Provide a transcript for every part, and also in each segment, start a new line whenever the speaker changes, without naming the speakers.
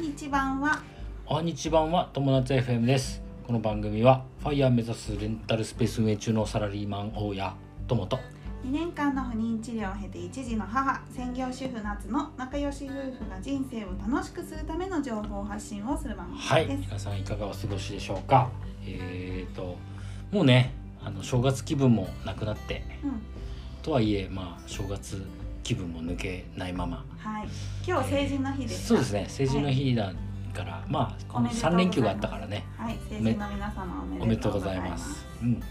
日版は
おはにちばんは友達 FM ですこの番組はファイヤー目指すレンタルスペース運営中のサラリーマン大家友と
2年間の不妊治療を経て一児の母専業主婦夏の仲良し夫婦が人生を楽しくするための情報発信をする番
はい
組です、
皆さんいかがお過ごしでしょうかえーともうねあの正月気分もなくなって
うん
とはいえまあ正月気分も抜けないまま
はい、今日成人の日です
そうですね成人の日だから、まあこ
おめ
の
でとうございます
3連休があったからね
はい、成人の皆様
お
お
め
め
で
でと
とう
う
ご
ご
ざ
ざ
い
い
ま
ますす。
うん、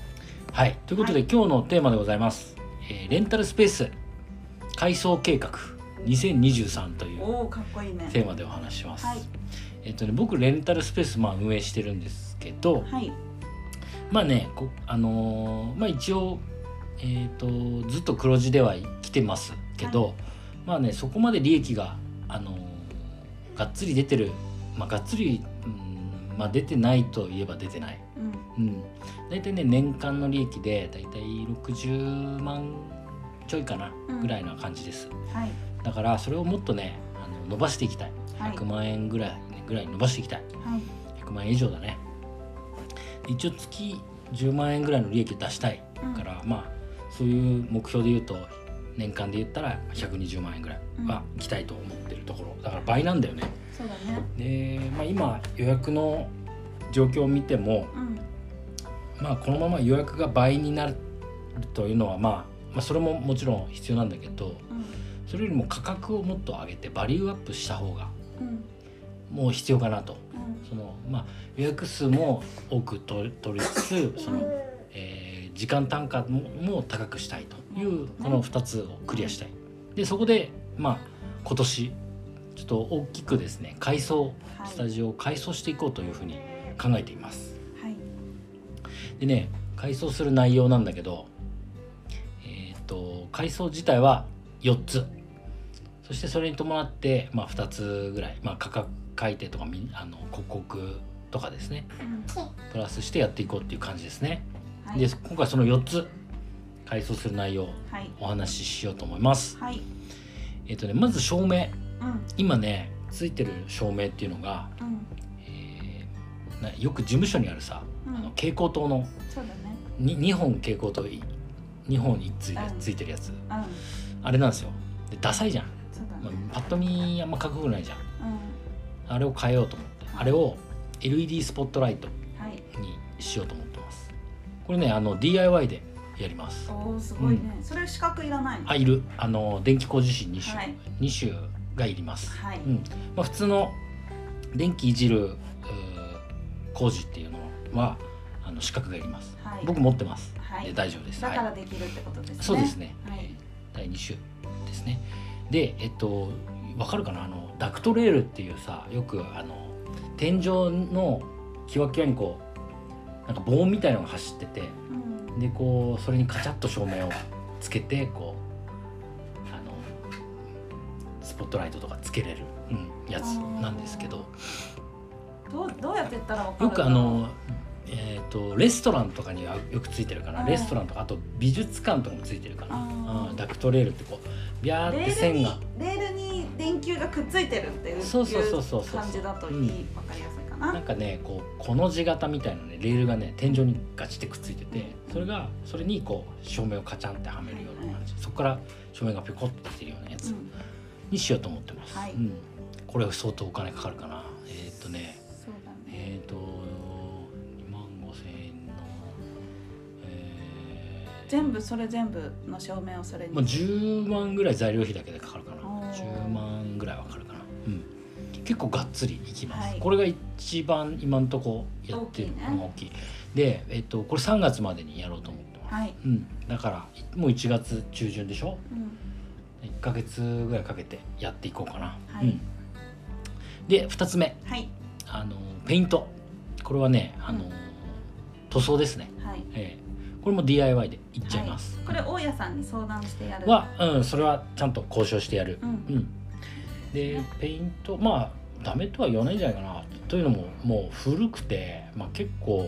はいということで、
は
今日のテーマでございます、えーレンタルスペース改装計画2023という
おおかっこいいね
テーマでお話しします、
はい
えっとね僕レンタルスペースまあ運営してるんですけど
はい
まあねこあのーまあ一応えっ、とずっと黒字では来てますけど、まあねそこまで利益があのーがっつり出てるまあがっつり、うんまあ、出てないといえば出てない
うん
うん、大体ね年間の利益で大体60万ちょいかな
うん
ぐらいな感じです、
はい
だからそれをもっとねあの伸ばしていきたい
はい
100万円ぐらい、ね、ぐらい伸ばしていきたい
はい
100万円以上だね一応月10万円ぐらいの利益を出したい
うん
から、まあそういう目標で言うと年間で言ったら120万円ぐらいは行きたいと思ってるところだから倍なんだよね
そうだね
で、まあ、今予約の状況を見ても、
うん
まあ、このまま予約が倍になるというのは、まあ、まあそれももちろん必要なんだけどそれよりも価格をもっと上げてバリューアップした方が
うんうん
もう必要かなと
うん
その、まあ、予約数も多く取取りつつその、えー時間単価もも高くしたいというこの2つをクリアしたい。でそこで、まあ、今年ちょっと大きくですね改装
はい
スタジオを改装していこうというふうに考えています。
はい
でね改装する内容なんだけどえっと改装自体は4つそしてそれに伴って、まあ、2つぐらい、まあ、価格改定とかみあの広告とかですね
うん
プラスしてやっていこうっていう感じですね、
はい
で今回その4つ改装する内容を
はい
お話ししようと思います
はい
えっ、とねまず照明
うん
今ねついてる照明っていうのが、
うん
えーなよく事務所にあるさ、
うん
あの蛍光灯の
そうだね
に2本蛍光灯2本について
うん
ついてるやつ
うん
あれなんですよでダサいじゃん、
そうだ
ま
ね
あ、パッと見あんまかっこよくないじゃん
うん
あれを変えようと思ってあれを LED スポットライト
はい
にしようと思ってますこれねあの DIY でやります
おおすごいねそれ資格いらないの
あいるあの電気工事士2種、
はい
2種がいります、
はい
うんまあ、普通の電気いじるうー工事っていうのはあの資格がいります
はい
僕持ってます、
は
で
いだ
大丈夫です
か
はい
らできるってことですね
そうですね、
はい
第2週ですねでえっとわかるかなあのダクトレールっていうさよくあの天井のキワキワにこうなんか棒みたいのが走ってて
うん
でこうそれにカチャッと照明をつけてこうあのスポットライトとかつけれる、うん、やつなんですけど
どうどうやってやったらわかる
よくあ
んだろう
のえー、とレストランとかにはよくついてるかな、
はい
レストランとかあと美術館とかもついてるかな、
あー
うんダクトレールってこうビャーっ
レー
て
ル
線
に
が
レールに電球がくっついてるっていう
そうそうそうそうそう
感じだとい
うん
いわかりやすいか
な
なん
かねこうこの字型みたいなねレールがね天井にガチってくっついててそれがそれにこう照明をカチャンってはめるような感じそこから照明がピョコって出てるようなや
う
つ
ん
にしようと思ってます、
はい
うん、これ相当お金かかるかなえーっ、とね
そうだね
えーっ、と2万5000円のえー
全部それ全部の照明をそれに
まあ、10万ぐらい材料費だけでかかるかな
おー
10万ぐらいはかかるかな、うん、結構がっつりいきます、
はい
これが一番今んとこやってる
大きいね
のが大きい,、で、えっと、これ3月までにやろうと思ってます、
はい
うん、だからもう1月中旬でしょ
うん
1ヶ月ぐらいかけてやっていこうかな、
はい
うん、で2つ目
はい
あのペイントこれはねあの、
うん
塗装ですね、
はい
ええこれも DIY でいっちゃいます、
これ大家さんに相談してやる
は、うん、それはちゃんと交渉してやる
う、ん
うん、でペイントまあダメとは言わないんじゃないかなというのももう古くて、まあ、結構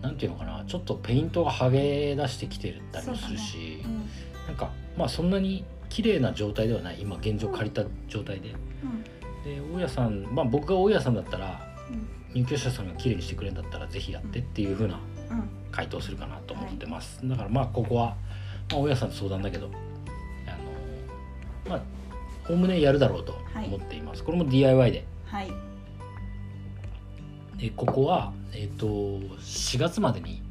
なんていうのかなちょっとペイントが剥げ出してきてたりもするし、
うん
なんかまあそんなに綺麗な状態ではない今現状借りた状態で
うん
で大家さん、まあ、僕が大家さんだったら、
うん
入居者さんが綺麗にしてくれるんだったらぜひやってっていう風な
うん
回答するかなと思ってます、だからまあここは、まあ、大家さんと相談だけどあのまあおおむねやるだろうと思っています、これも DIY で
はい
でここは、えっと4月までに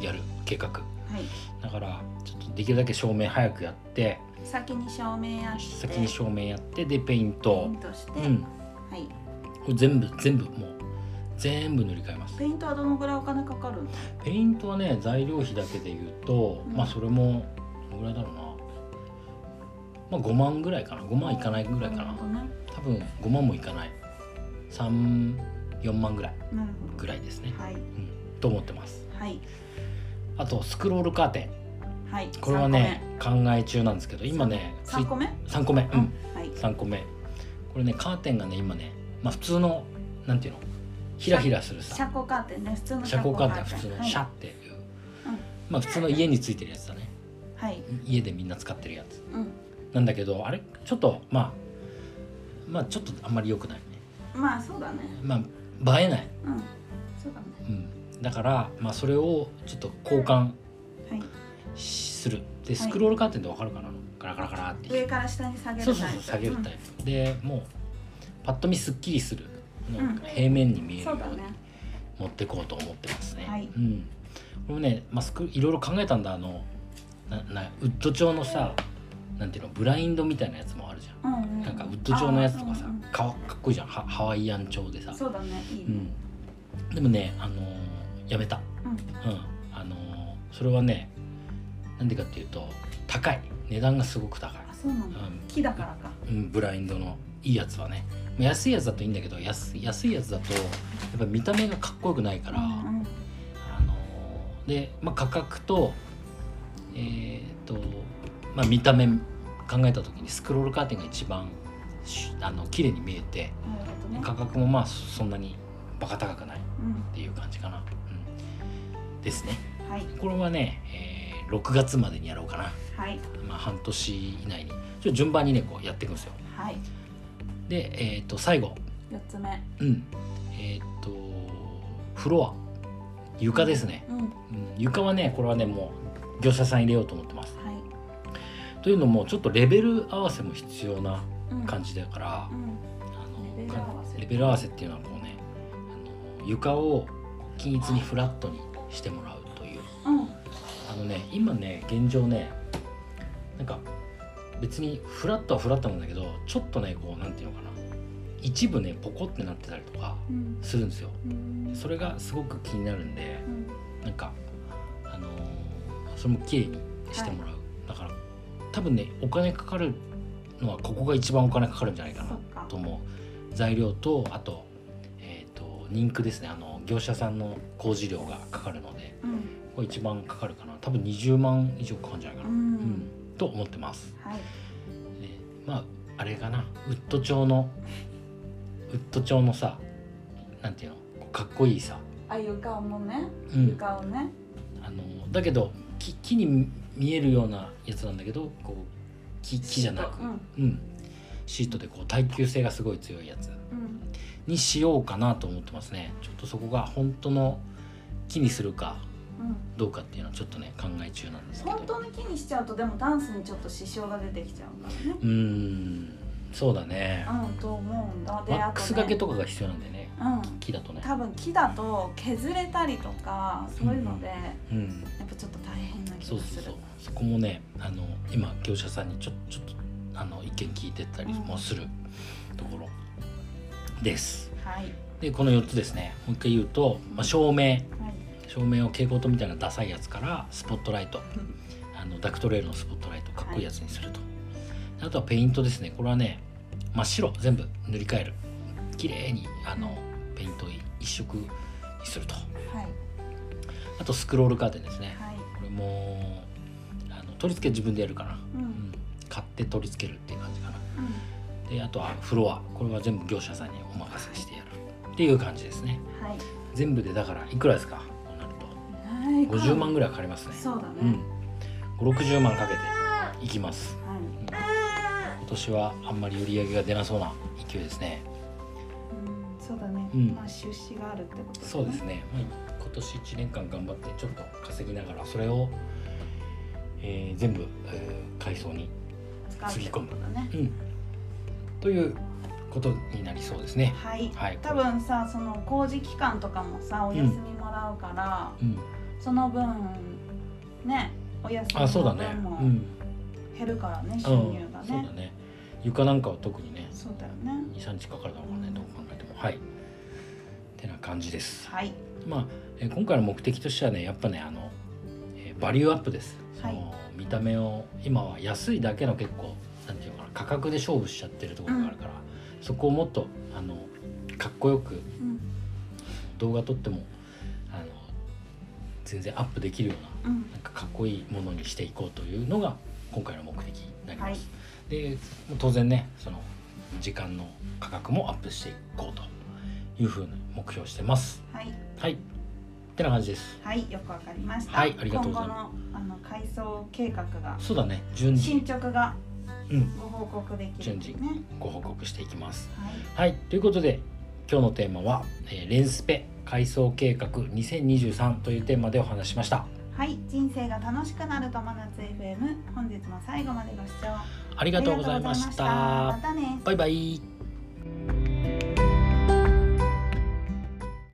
やる計画
はい
だからちょっとできるだけ照明早くやって
先に照明やって
先に照明やってでペイン
ペイ
ト
ントして、
うん
はい
これ全部全部もう全部塗り替えます
ペイントはどのぐらいお金かかるの
ペイントはね材料費だけで言うと、
うん
まあそれもどのぐらいだろうな、まあ、5万ぐらいかな5万いかないぐらいかな
なる
多分5万もいかない34万ぐらい
ほどなる
ぐらいですね
ほ、どはい
うん、と思ってます
はい
あとスクロールカーテン
はい
これはね考え中なんですけど今ねツイ
3個目
3個目う
三個目
ん
はい
3個目これねカーテンがね今ね、まあ、普通のなんていうのひらひらするさ
遮光カーテンね普通の
遮光カーテン普通の
はい
シャっていう、まあ普通の家についてるやつだね
はい
家でみんな使ってるやつ
うん
なんだけどあれちょっとまあまあちょっとあんまり良くないね
まあそうだね
まあ映えない、
うんそうだね
うん、だからまあそれをちょっと交換
はい
するで
い
スクロールカーテンでわかるかなガラガラガラって
上から下に下げるタイ
そう
プ
そうそう下げるタイプ、でもうパッと見すっきりする
ん
なんか平面に見
う
え
ん
る
そ
よ
うだ
うに
ね
持ってこうと思ってますね、
はい
うんこれもね、まあ、スクいろいろ考えたんだあのななウッド調のさなんていうのブラインドみたいなやつもあるじゃん
うんうん
なんかウッド調のやつとかさ
あーうんうん
かわかっこいいじゃんハハワイアン調でさ
そうだねいい、
うん、でもね、あのーやめた、
うん
うんあのーそれはねなんでかっていうと高い値段がすごく高い、
あそうなんだ木だからか
うんうんブラインドのいいやつはねまあ安いやつだといいんだけど安安いやつだとやっぱ見た目がかっこよくないから、
うんうん
あのーで、まあ、価格とえーっと、まあ、見た目考えた時にスクロールカーテンが一番しあの綺麗に見えて
なるほどね
価格もまあそんなにバカ高くないっ
うん
ていう感じかな、うんですね
はい
これはね、えー6月までにやろうかな、
はい
まあ、半年以内にちょっと順番にねこうやっていくんですよ
はい
でえーっと最後
四つ目
うんえーっとフロア床ですね
うん
うん床はねこれはねもう業者さん入れようと思ってます
はい
というのもちょっとレベル合わせも必要な
うん
感じだから
う、ん
あの
レベル合わせ
レベル合わせっていうのはこうねあの床を均一にフラットにしてもらうという
うん
あのね今ね現状ねなんか別にフラットはフラットなんだけどちょっとねこうなんていうのかな一部ねポコってなってたりとか
うん
するんですよ
うん
それがすごく気になるんで
うん
なんかあのーそれも綺麗にしてもらう、だから多分ねお金かかるのはここが一番お金かかるんじゃないか
そ
な
っか
と思う材料とあとえっ、と人工ですねあの業者さんの工事料がかかるので
うん
これ一番かかるかな多分20万以上かかるんじゃないか
う
な、うん
ん
と思ってます、
はい
えーまああれかなウッド調のウッド調のさなんていうのこうかっこいいさ、
あ床もね
うん、
床をね
あのだけど木木に見えるようなやつなんだけどこう木木じゃなく、
うん
うんシートでこう耐久性がすごい強いやつ
うん
にしようかなと思ってますねちょっとそこが本当の木にするか
うん
どうかっていうのはちょっとね考え中なんですけど
本当に気にしちゃうとでもダンスにちょっと支障が出てきちゃうから
うーんそうだね
ねうんと思うんだで
ワックス掛け
あと
とかが必要なんだよね
ね
木だと
う
ね
ん多分木だと削れたりとかそういうのでや
うん
っぱちょっと大変な気
そう
が
そ
す
う
る
そうそこもねあの今業者さんにちょちょっとあの意見聞いてたりもするところです
はい
でこの4つですねもう一回言うと、まあ、照明
はい
照明を蛍光灯みたいなダサいやつからスポットライトあのダクトレールのスポットライトかっこいいやつにすると、あとはペイントですねこれはね真っ白全部塗り替える綺麗にあのペイントを一色にすると
はい
あとスクロールカーテンですね
はい
これもあの取り付け自分でやるかな、
う
うんん、買って取り付けるっていう感じかな
う
であとはフロアこれは全部業者さんにお任せしてやるっていう感じですね
んはい
全部でだからいくらですかこうなると
ないか
50万ぐらいかかりますね
そうだね
うん560万かけていきます、
はい
うん今年はあんまり売り上げが出なそうな勢いですね
うんそうだね、
うん
まあ出資があるってことだね
そうですね、まあ、今年1年間頑張ってちょっと稼ぎながらそれを、えー全部、えー改装に、
使うってことだね
うん、ということになりそうですね。
はい
はい、
多分さその工事期間とかもさお休みもらうから、
うん、
その分ねお休み
あそうだ
の
ね、
分
う
も
ん
減るからね、収
うん
入が
そうだ
ね、
ね床なんかは特にね
そうだよね
23日かかるだろうからねどう考えてもはいってな感じです
はい
まあ、えー今回の目的としてはねやっぱねあの、えーバリューアップです、
はい
その見た目を今は安いだけの結構なんていうのかな価格で勝負しちゃってるところがあるから、そこをもっとあのかっこよく
うん
動画撮ってもあの全然アップできるような
うん
なんかかっこいいものにしていこうというのが今回の目的になります。で当然ねその時間の価格もアップしていこうというふうに目標してます。
はい
はいってな感じです。
はいよくわかりました、
はいありがとうござい
今後のあの改装計画が
そうだね順次
進捗が
うん
ご報告できる
順
んで
次
ね、
ご報告していきます。
はい
はいということで今日のテーマは、えーレンスペ改装計画2023」というテーマでお話ししました。
はい、人生が楽しくなると真夏 FM 本日も最後までご視聴あ
あり
り
がとうございました。
またね
バイバイ。